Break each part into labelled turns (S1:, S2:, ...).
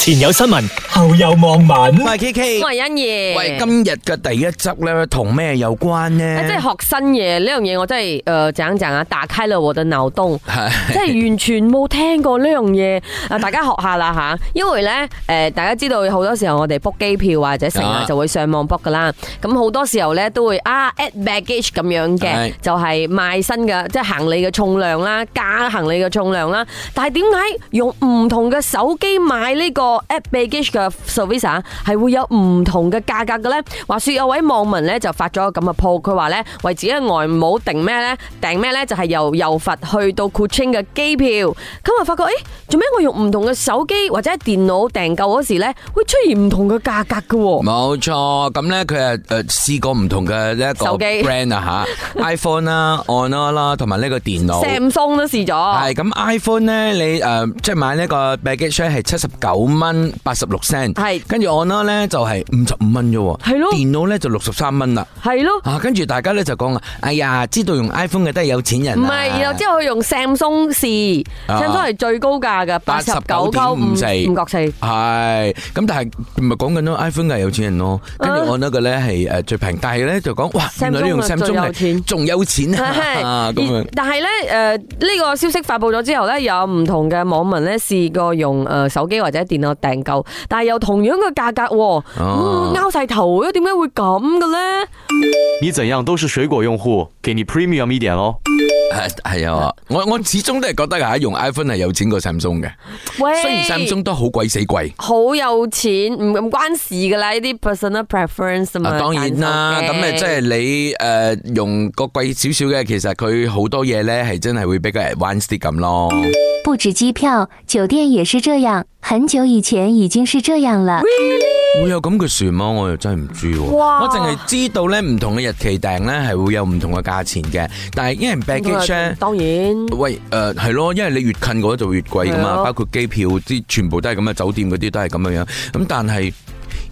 S1: 前有新聞，後有網民。
S2: 喂 K K，
S3: 我係欣怡，
S2: 喂，今日嘅第一則咧，同咩有關
S3: 啊
S2: 呢？
S3: 真係學新嘢呢樣嘢，我真係誒講講啊，打開了我的 腦洞，
S2: 係
S3: 真係完全冇聽過呢樣嘢。啊，大家學下啦 吓，因為咧誒、呃大家知道好多時候我哋 book 機票或者成
S2: 啊
S3: 日就會上網 book 噶啦。咁好多時候咧都會啊 add baggage 咁樣嘅
S2: 係，
S3: 就係賣新嘅即係行李嘅重量啦，加行李嘅重量啦。但係點解用唔同嘅手機買呢個 add baggage 嘅 service 啊係會有唔同嘅價格嘅咧？話說有位網民咧就發咗個咁嘅 po，佢話咧為自己嘅外母定咩咧訂咩咧就係由柔佛去到 Kuching 嘅機票，咁啊發覺誒做咩我用唔同嘅手機或者電腦訂購嗰時咧會出現唔同嘅價格嘅喎？
S2: 冇錯，咁咧佢誒誒試過唔同嘅呢一個
S3: 手機
S2: brand 啊 吓，iPhone 啦、Honor 啦，同埋呢個電腦。
S3: Samsung 都試咗。
S2: 系咁 iPhone 咧，你诶即係買呢個 baggage 咧係七十九蚊八十六 cent，
S3: 係
S2: 跟住 Honor 咧就係五十五蚊啫喎，
S3: 係咯
S2: 電腦咧就六十三蚊啦，
S3: 系咯，
S2: 啊跟住大家咧就講啊，哎呀，知道用 iPhone 嘅都係有錢人
S3: 唔
S2: 啊，
S3: 係，然後之後佢用 Samsung 試
S2: 啊
S3: ，Samsung 係最高價嘅，八十九溝
S2: 89.54
S3: 五五 角四。
S2: 系，咁但係唔係講緊咯，iPhone 嘅係有錢人咯，跟住
S3: 啊
S2: 我呢個咧係诶最平，但係咧就講哇，原來你用
S3: Samsung
S2: Samsung
S3: 就有錢
S2: 係仲有錢啊，
S3: 係
S2: 咁樣
S3: 但係咧，诶、呢、個消息發布咗之後咧，有唔同嘅網民咧試過用诶、呃手機或者電腦訂購，但係又同樣嘅價格喎，
S2: 哦
S3: 嗯拗晒頭啊，點解會咁嘅咧？
S4: 你怎样都是水果用户，给你 premium 一点哦。
S2: 係係啊，我我始終都係覺得啊，用 iPhone 係有錢過 Samsung 嘅，
S3: 喂，
S2: 雖然 Samsung 都好鬼死貴。
S3: 好有錢，唔唔關事㗎啦，呢啲 personal preference 啊嘛。
S2: 啊，當然啦，
S3: 揀手
S2: 咁
S3: 機啊
S2: 誒，即係你誒用個貴少少嘅，其實佢好多嘢咧係真係會比較 advanced 啲咁咯。
S5: 不止机票，酒店也是这样，很久以前已经是这样了。
S2: 會有咁嘅船嗎？我又真係唔知喎。
S3: 哇
S2: 我淨係知道咧，唔同嘅日期訂咧係會有唔同嘅價錢嘅，但係因為 baggage 咧。
S3: 當然。
S2: 喂，誒係咯，因為你越近嗰就會越貴噶
S3: 係啊
S2: 嘛，
S3: 咯
S2: 包括機票啲全部都係咁嘅，酒店嗰啲都係咁樣樣。咁但係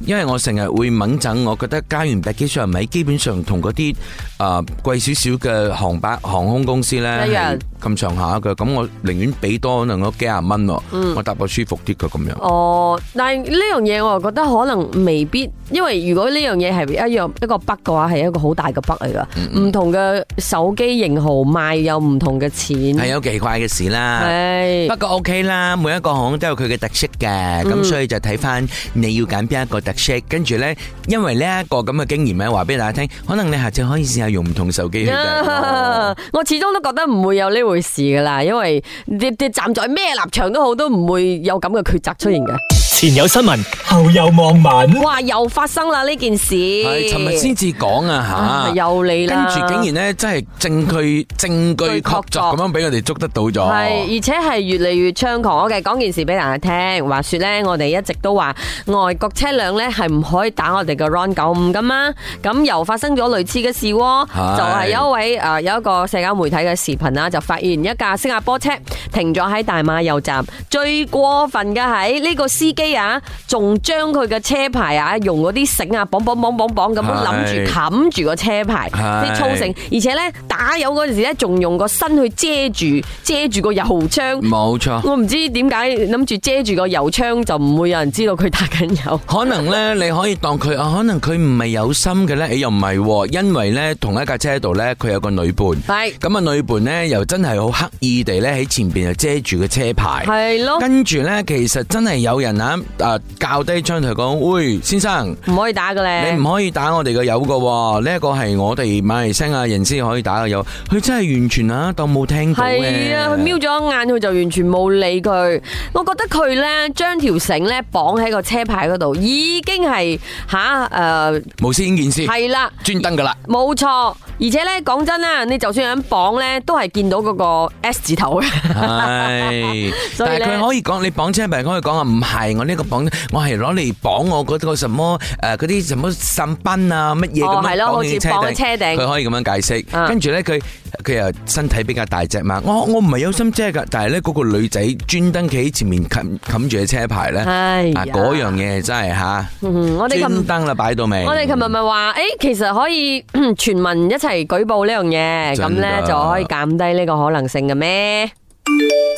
S2: 因為我成日會掹整，我覺得加完 b a g 上咪基本上同嗰啲誒貴少少嘅航班航空公司咧
S3: 一樣
S2: 係咁上下嘅，咁我寧願俾多可能嗰幾廿蚊喎，啊
S3: 嗯
S2: 我搭個舒服啲嘅咁樣。
S3: 哦，但係呢樣嘢我又覺得可能未必，因為如果呢樣嘢係一樣一個筆嘅話，係一個好大嘅筆嚟噶。唔、同嘅手機型號賣有唔同嘅錢，
S2: 係有奇怪嘅事啦。
S3: 嗯係
S2: 不過 OK 啦，每一個行都有佢嘅特色嘅，咁、所以就睇翻你要揀邊一個特色，跟住呢，因為呢一個咁嘅經驗咧，話俾大家聽，可能你下次可以試下用唔同手機去訂咯。
S3: 我始終都覺得唔會有呢回事噶啦，因為你你站在咩立場都好，都唔會有咁嘅抉擇出現嘅。
S1: 前有新聞，後有網民。
S3: 哇，又發生啦呢件事，
S2: 係，尋日先至講啊
S3: 啊
S2: 吓，
S3: 又嚟
S2: 跟
S3: 啦，
S2: 住竟然呢，真係證據證據
S3: 據確
S2: 確鑿咁樣俾我哋捉得到咗。
S3: 系，而且係越嚟越猖狂。我嘅講件事俾大家聽，話说呢，我哋一直都話外國車輛呢係唔可以打我哋嘅 RON 九五噶嘛，咁又發生咗類似嘅事喎，
S2: 係
S3: 就係有一位诶、呃有一個社交媒體嘅視頻啦，就發現一架新加坡車停咗喺大馬油站，最過分嘅係呢個司機啊，仲將佢嘅車牌啊用嗰啲繩啊綁綁綁綁綁咁樣諗
S2: 係
S3: 住冚住個車牌，
S2: 係
S3: 即係粗繩。而且咧打油嗰陣時咧，仲用個身去遮住遮住個油窗。
S2: 冇錯。
S3: 我唔知點解諗住遮住個油窗就唔會有人知道佢打緊油。
S2: 可能咧，你可以當佢啊，可能佢唔係有心嘅咧，誒又唔係喎，因為咧同一架車度咧，佢有個女伴，
S3: 係
S2: 咁啊女伴咧又真係好刻意地咧喺前邊就遮住個車牌，
S3: 係咯，
S2: 跟住咧其實真係有人啊啊教低張台講，喂先生。
S3: 唔可以打嘅
S2: 你
S3: 咧
S2: 唔。可以打我哋嘅友噶，呢一個係我哋馬來西亞人先可以打嘅友，佢真係完全啊當冇聽到嘅。
S3: 係啊，佢瞄咗一眼，佢就完全冇理佢。我覺得佢咧將條繩咧綁喺個車牌嗰度，已經係吓诶
S2: 無先件事，
S3: 係啦。
S2: 專登噶 啦。
S3: 冇錯，而且咧講真啦，你就算咁綁咧，都係見到嗰個 S 字頭嘅。
S2: 系，
S3: 所
S2: 但
S3: 以
S2: 系
S3: 咧
S2: 佢可以講你綁車牌，可以講啊，唔係我呢個綁，我係攞嚟綁我嗰個什麼诶，嗰啲什麼散賓啊，乜嘢
S3: 哦
S2: 咁
S3: 係
S2: 樣
S3: 咯
S2: 綁
S3: 好
S2: 起
S3: 似
S2: 車
S3: 綁喺車
S2: 頂，
S3: 頂
S2: 佢可以咁樣解釋。
S3: 啊
S2: 跟住咧，佢佢又身體比較大隻嘛，我我唔係有心遮㗎，但係咧嗰個女仔專登企喺前面冚冚住嘅車牌咧，啊
S3: 唉哎呀
S2: 嗰樣嘢真係吓，
S3: 嗯我哋
S2: 專
S3: 咁。
S2: 登啦擺到明。
S3: 我哋琴日咪話，诶、其實可以 全民一齊舉報呢樣嘢，咁
S2: 真
S3: 咧
S2: 㗎
S3: 就可以減低呢個可能性嘅咩？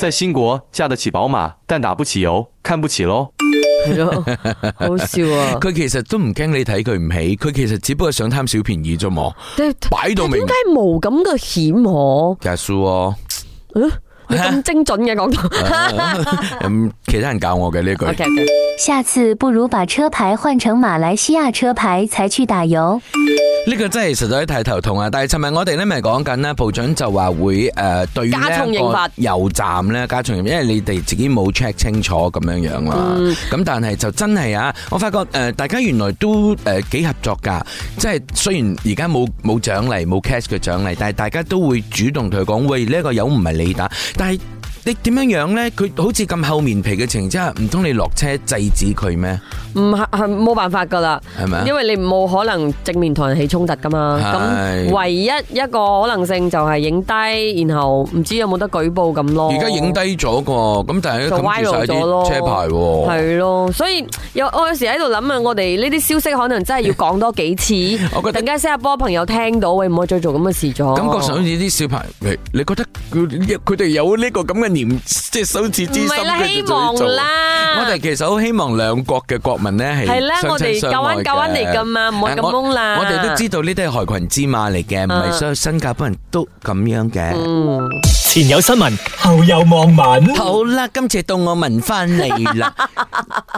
S4: 在新国嫁得起宝马，但打不起油，看不起喽。
S3: 係咯，好笑 啊！
S2: 佢其實都唔驚你睇佢唔起，佢其實只不過想貪小便宜啫嘛。
S3: 但
S2: 擺到明
S3: 點解冇咁嘅 險可？
S2: 耶穌喎，
S3: 你咁精準嘅 講到
S2: 咁其他人教我嘅呢句。
S3: ，OK
S5: 下次不如把车牌换成马来西亚车牌才去打油。
S2: 呢個真係實在太頭痛啊！但係尋日我哋咧咪講緊呢，部長就話會誒對於
S3: 加重
S2: 呢
S3: 刑罰
S2: 個油站咧加重刑罰，因為你哋自己冇 check 清楚咁樣樣啦。
S3: 嗯
S2: 咁、但係就真係啊，我發覺誒、呃大家原來都誒幾、合作㗎，即係雖然而家冇冇獎勵冇 cash 嘅獎勵，但係大家都會主動同佢講：喂，呢、個油唔係你打，但係。你點樣樣呢？佢好似咁厚面皮嘅情形之下，唔通你落車制止佢咩？
S3: 唔係係冇辦法噶啦，
S2: 係咪啊
S3: 因為你冇可能正面同人起衝突噶嘛。
S2: 係
S3: 咁唯一一個可能性就係影低，然後唔知有冇得舉報咁咯。
S2: 而家影低咗個，咁但係
S3: 就
S2: 佢冚住
S3: viral
S2: 晒
S3: 咗咯
S2: 啲車牌喎。
S3: 係咯，所以有我有時喺度諗啊，我哋呢啲消息可能真係要講多幾次，
S2: 我覺得
S3: 突然間新加坡朋友聽到，喂唔可以再做咁嘅事咗。
S2: 感覺上好似啲小朋友，你覺得佢佢哋有呢個咁嘅念，即係羞恥之
S3: 唔
S2: 心
S3: 係啦，
S2: 佢
S3: 希
S2: 哋就會
S3: 望
S2: 做。
S3: 啦，
S2: 我哋其實好希望兩國嘅國民呢係
S3: 係啦
S2: 相
S3: 我哋
S2: 親相愛嘅
S3: 救翻救翻嚟㗎嘛唔可以咁
S2: 我
S3: 懵啦
S2: 我哋都知道呢啲係害群之馬嚟嘅，唔係所有新加坡人都咁樣嘅。
S1: 前有新聞，後有網民。
S2: 好啦，今次到我問翻你 啦。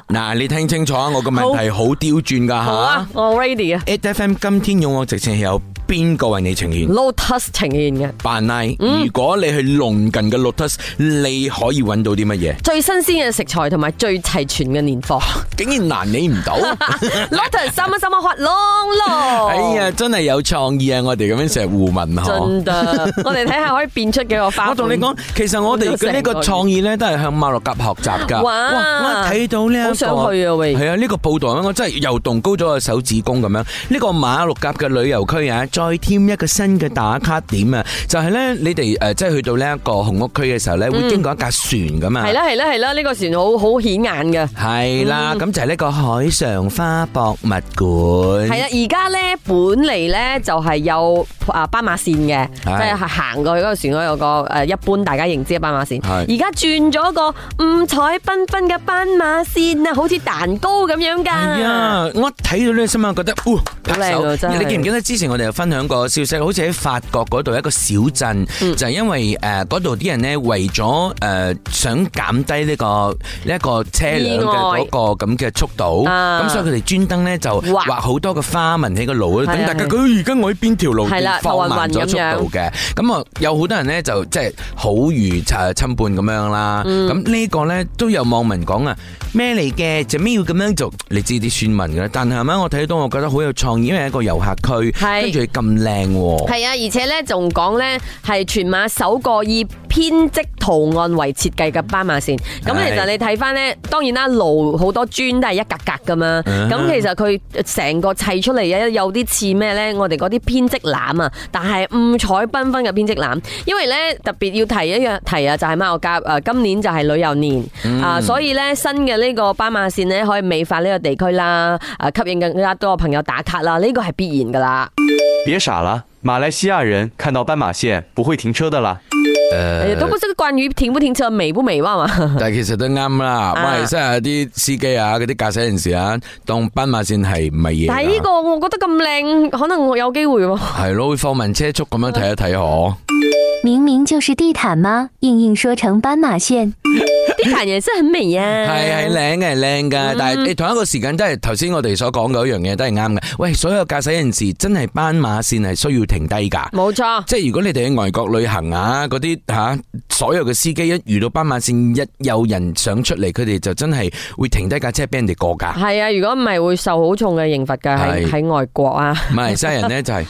S2: 嗱，你聽清楚啊，我個問題好刁鑽㗎
S3: 好
S2: 吓
S3: 啊，。我 ready 啊
S2: A F M 今天勇我直情係有邊個為你呈
S3: 嗯
S2: 現？
S3: ，Lotus 呈現嘅
S2: 扮奶，
S3: 嗯
S2: 如果你去鄰近嘅 Lotus，你可以揾到啲乜嘢？
S3: 最新鮮嘅食材同埋最齊全嘅 年貨
S2: 竟然難你 唔到，
S3: ，Lotus 三蚊三蚊發窿咯。
S2: 哎呀，真係有創意啊！我哋咁樣成日互問嗬。
S3: 哦真的，我哋睇下可以變出幾個花款。
S2: 我同你講，其實我哋嘅呢個創意咧，都係向馬六甲學習㗎。
S3: 哇
S2: 我睇到呢一個
S3: 好想去啊喂
S2: 係啊，呢個報道啊，我真係又動高咗個手指公咁樣。呢個馬六甲嘅旅遊區啊，再添一個新嘅打卡點啊，就係咧，你哋誒即係去到呢一個紅屋區嘅時候咧，會經過一架船啊㗎嘛。
S3: 嗯係啦係嗯啦係啦，呢個船好好顯眼嘅。
S2: 系啦，咁就系呢个海上花博物馆。
S3: 係啊，而家咧本嚟咧就係有啊斑馬線嘅，即
S2: 係
S3: 係行過去嗰個船嗰度有個誒一般大家認知嘅斑馬線。
S2: 係
S3: 而家轉咗個五彩繽紛嘅斑馬線啊，好似蛋糕咁樣
S2: 係
S3: 㗎。
S2: 啊，我睇到呢個新聞，覺得，哦，拍
S3: 好靚
S2: 手！
S3: 啊真係
S2: 你記唔記得之前我哋有分享過消息，好似喺法國嗰度一個小鎮，
S3: 嗯
S2: 就係因為誒嗰度啲人呢，為咗誒想減低呢個呢一個車輛
S3: 意外
S2: 嘅嗰個咁嘅速度，
S3: 啊
S2: 咁所以佢哋專登呢就
S3: 畫
S2: 畫好多嘅花紋喺個路嗰度，
S3: 係
S2: 等
S3: 啊
S2: 大家
S3: 係啊
S2: 佢而家我喺邊條路
S3: 係啦
S2: 放慢
S3: 頭
S2: 咗
S3: 暈暈
S2: 速
S3: 咁樣
S2: 度嘅。咁啊，有好多人呢就即係好如誒侵半咁樣啦。
S3: 嗯
S2: 咁呢個呢，都有網民講啊，咩嚟嘅？做咩要咁樣做？你知啲村民㗎啦。但係咪我睇到我覺得好有創意，因為係一個遊客區，
S3: 係
S2: 跟住咁靚喎。
S3: 係啊，而且咧仲講咧係全馬首個以編織圖案為設計嘅斑馬線。咁
S2: 係
S3: 其實你睇翻咧，當然啦，路好多磚都係一格格噶嘛。
S2: 嗯
S3: 咁其實佢成個砌出嚟有啲似咩咧？我哋嗰啲編織籃啊，但係五彩繽紛嘅編織籃。因為咧特別要提一樣提啊，就係馬六甲誒今年就係旅遊年啊，所以咧新嘅呢個斑馬線咧可以美化呢個地區啦，誒吸引更加多嘅朋友打卡啦，呢個係必然噶啦。
S4: 别傻了，马来西亚人看到斑马线不会停车的啦。
S3: 也都不是关于停不停车、美不美貌啊嘛。
S2: 呃 但係其實都啱啦，
S3: 啊
S2: 馬來西亞啲司機啊，嗰啲駕駛人士啊，當斑馬線係唔係嘢㗎？
S3: 但系呢個我覺得咁靚，可能我有機 會喎。
S2: 係咯，會放慢車速咁樣睇一睇哦嗬。
S5: 明明就是地毯吗？硬硬说成斑马线。
S3: 啲彈也是很美啊呀。
S2: 系系靚嘅，係靚噶，但係你同一個時間都係頭先我哋所講嗰樣嘢都係啱嘅。喂，所有駕駛人士真係斑馬線係需要停低㗎。
S3: 冇錯。
S2: 即係如果你哋去外國旅行啊，嗰啲吓所有嘅司機一遇到斑馬線，一有人想出嚟，佢哋就真係會停低架車俾人哋過㗎。
S3: 係啊，如果唔係會受好重嘅刑罰㗎，喺
S2: 係
S3: 喺外國啊，
S2: 馬來西亞人呢，就係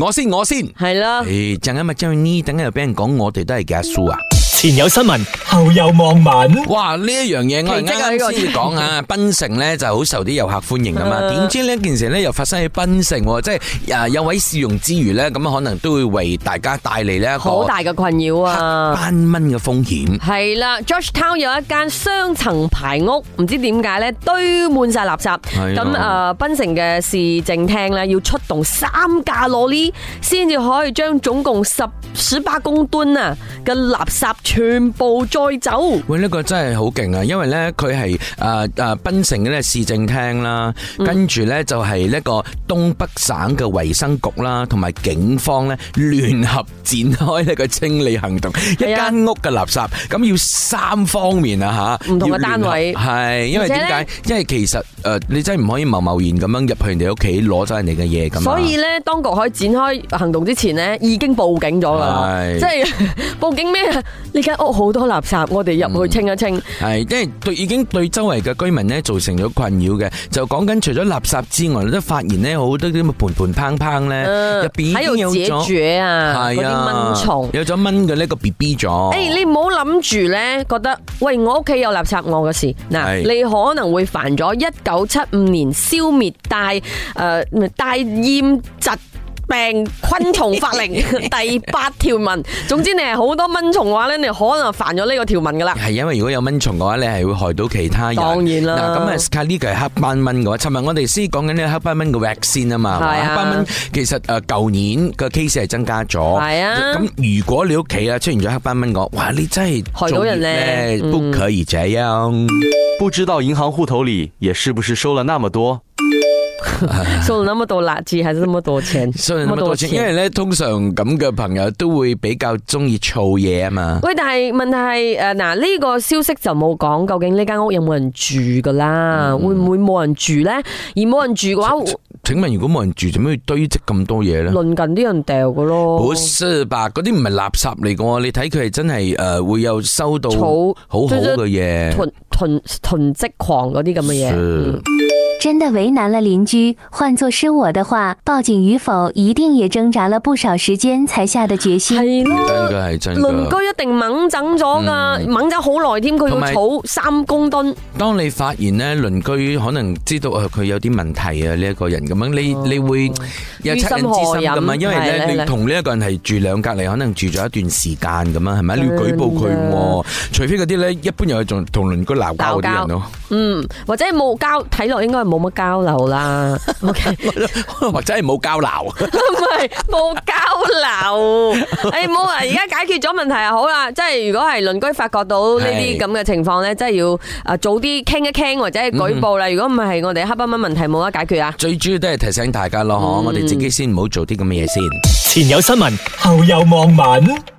S2: 我先我先，
S3: 係啦。
S2: 诶，陣間咪將呢，等下又俾人講我哋都係嘅阿叔啊。
S1: 前有新聞，後有網民。
S2: 哇！呢一樣嘢我哋
S3: 奇蹟啊呢
S2: 啱
S3: 個
S2: 啱先講啊， 檳城咧就好受啲遊客歡迎啊嘛。
S3: 嗯
S2: 點知呢件事咧又發生喺檳城喎，即係啊有位試用之餘咧，咁啊可能都會為大家帶嚟呢一
S3: 好
S2: 個
S3: 大嘅困擾啊！
S2: 斑蚊嘅風險。
S3: 係啦，Georgetown 有一間雙層排屋，唔知點解咧堆滿晒垃圾。
S2: 係啊
S3: 咁啊，呃檳城嘅市政廳咧要出動三架羅呢，先至可以將總共十十八公噸啊嘅垃圾全全部再走。
S2: 喂，呢、個真係好勁啊！因為呢，佢係誒誒檳城嘅呢市政廳啦，
S3: 嗯
S2: 跟住呢就係呢個東北省嘅衞生局啦，同埋警方呢聯合展開呢個清理行動，一
S3: 係啊
S2: 間屋嘅垃圾咁要三方面啊嚇，
S3: 唔同嘅
S2: 要聯合
S3: 單位
S2: 係因為
S3: 而且
S2: 點
S3: 呢
S2: 解？因為其實誒、呃你真係唔可以貿貿然咁樣入去人哋屋企攞咗人哋嘅嘢咁啊。
S3: 所以咧，當局可以展開行動之前咧，已經報警咗啦
S2: 係，
S3: 即係報警咩啊？呢間屋好多垃圾，我哋入去清一清。
S2: 系，即系对已經對周圍嘅居民咧造成咗困擾嘅，就講緊除咗垃圾之外，都發現咧好多啲咁嘅盤盤拚拚咧，
S3: 嗯
S2: 入邊已
S3: 喺度
S2: 經有
S3: 解
S2: 咗
S3: 決啊，嗰啲蚊蟲。
S2: 有咗蚊嘅呢個 B B 咗。
S3: 诶、哎你唔好諗住咧，覺得喂我屋企有垃圾我嘅事，嗱，
S2: 係
S3: 你可能會犯咗一九七五年消滅呃帶诶帶厭疾病昆蟲法 令第八條文。總之你係好多蚊蟲嘅話咧，你可能犯咗呢個條文噶啦。
S2: 係因為如果有蚊蟲嘅話，你係會害到其他人。
S3: 當然啦
S2: 嗱，咁啊 s c a r i 係黑斑蚊嘅話，尋日我哋先講緊呢個黑斑蚊嘅 vaccine 啊嘛。
S3: 係啊
S2: 黑斑蚊其實誒舊年個 case 係增加咗。
S3: 係啊
S2: 哦咁如果你屋企啊出現咗黑斑蚊嘅話，哇！你真係
S3: 害到人咧
S2: 做業不可以這樣。
S4: 不知道银行户头里也是不是收了那么多？
S3: 收了那么多垃圾，还是那么多 钱，
S2: 所以咁多錢，因為咧通常咁嘅朋友都會比較中意儲嘢啊嘛。
S3: 喂，但係問題係诶，嗱、呢、個消息就冇講究竟呢間屋有冇人住噶啦，
S2: 嗯
S3: 會唔會冇人住呢？而冇人住嘅話，
S2: 請問如果冇人住，做咩要堆積咁多嘢咧？
S3: 鄰近啲人掉噶咯
S2: 不。是吧？嗰啲唔係垃圾嚟嘅喎，你睇佢係真係诶会有收到
S3: 儲
S2: 好好嘅嘢。
S3: 囤囤囤積狂嗰啲咁嘅嘢，
S2: 是
S3: 嗯
S5: 真的为难了邻居。换作是我的话，报警与否，一定也挣扎了不少时间才下的决心。
S3: 係
S2: 真
S3: 咯，
S2: 嘅係真
S3: 鄰
S2: 嘅。
S3: 居一定掹整咗噶，
S2: 嗯
S3: 掹咗好耐添，佢要
S2: 同埋
S3: 儲三公噸，
S2: 當你發現咧，鄰居可能知道呃佢有啲問題啊，呢一個人咁樣，
S3: 哦
S2: 你你會有惻隱之心咁啊，
S3: 於心何忍
S2: 因為
S3: 係
S2: 咧
S3: 係
S2: 你同呢一個人係住兩隔離，可能住咗一段時間咁啊，係
S3: 嗯
S2: 咪？你要舉報佢喎，除非嗰啲咧一般又係仲同鄰居鬧交嗰啲人咯。
S3: 嗯，或者係冇交，睇落應該係冇乜交流啦。OK，
S2: 或者係冇交 流，
S3: 唔係冇交流，誒冇啊！而家解決咗問題啊，好啦，即係如果係鄰居發覺到呢
S2: 係
S3: 啲咁嘅情況咧，真係要啊早啲傾一傾或者係舉報啦。如果唔係，我哋黑斑蚊問題冇得解決啊！
S2: 最主要都係提醒大家咯，嗬、我哋自己先唔好做啲咁嘅嘢先。
S1: 前有新聞，後有網民。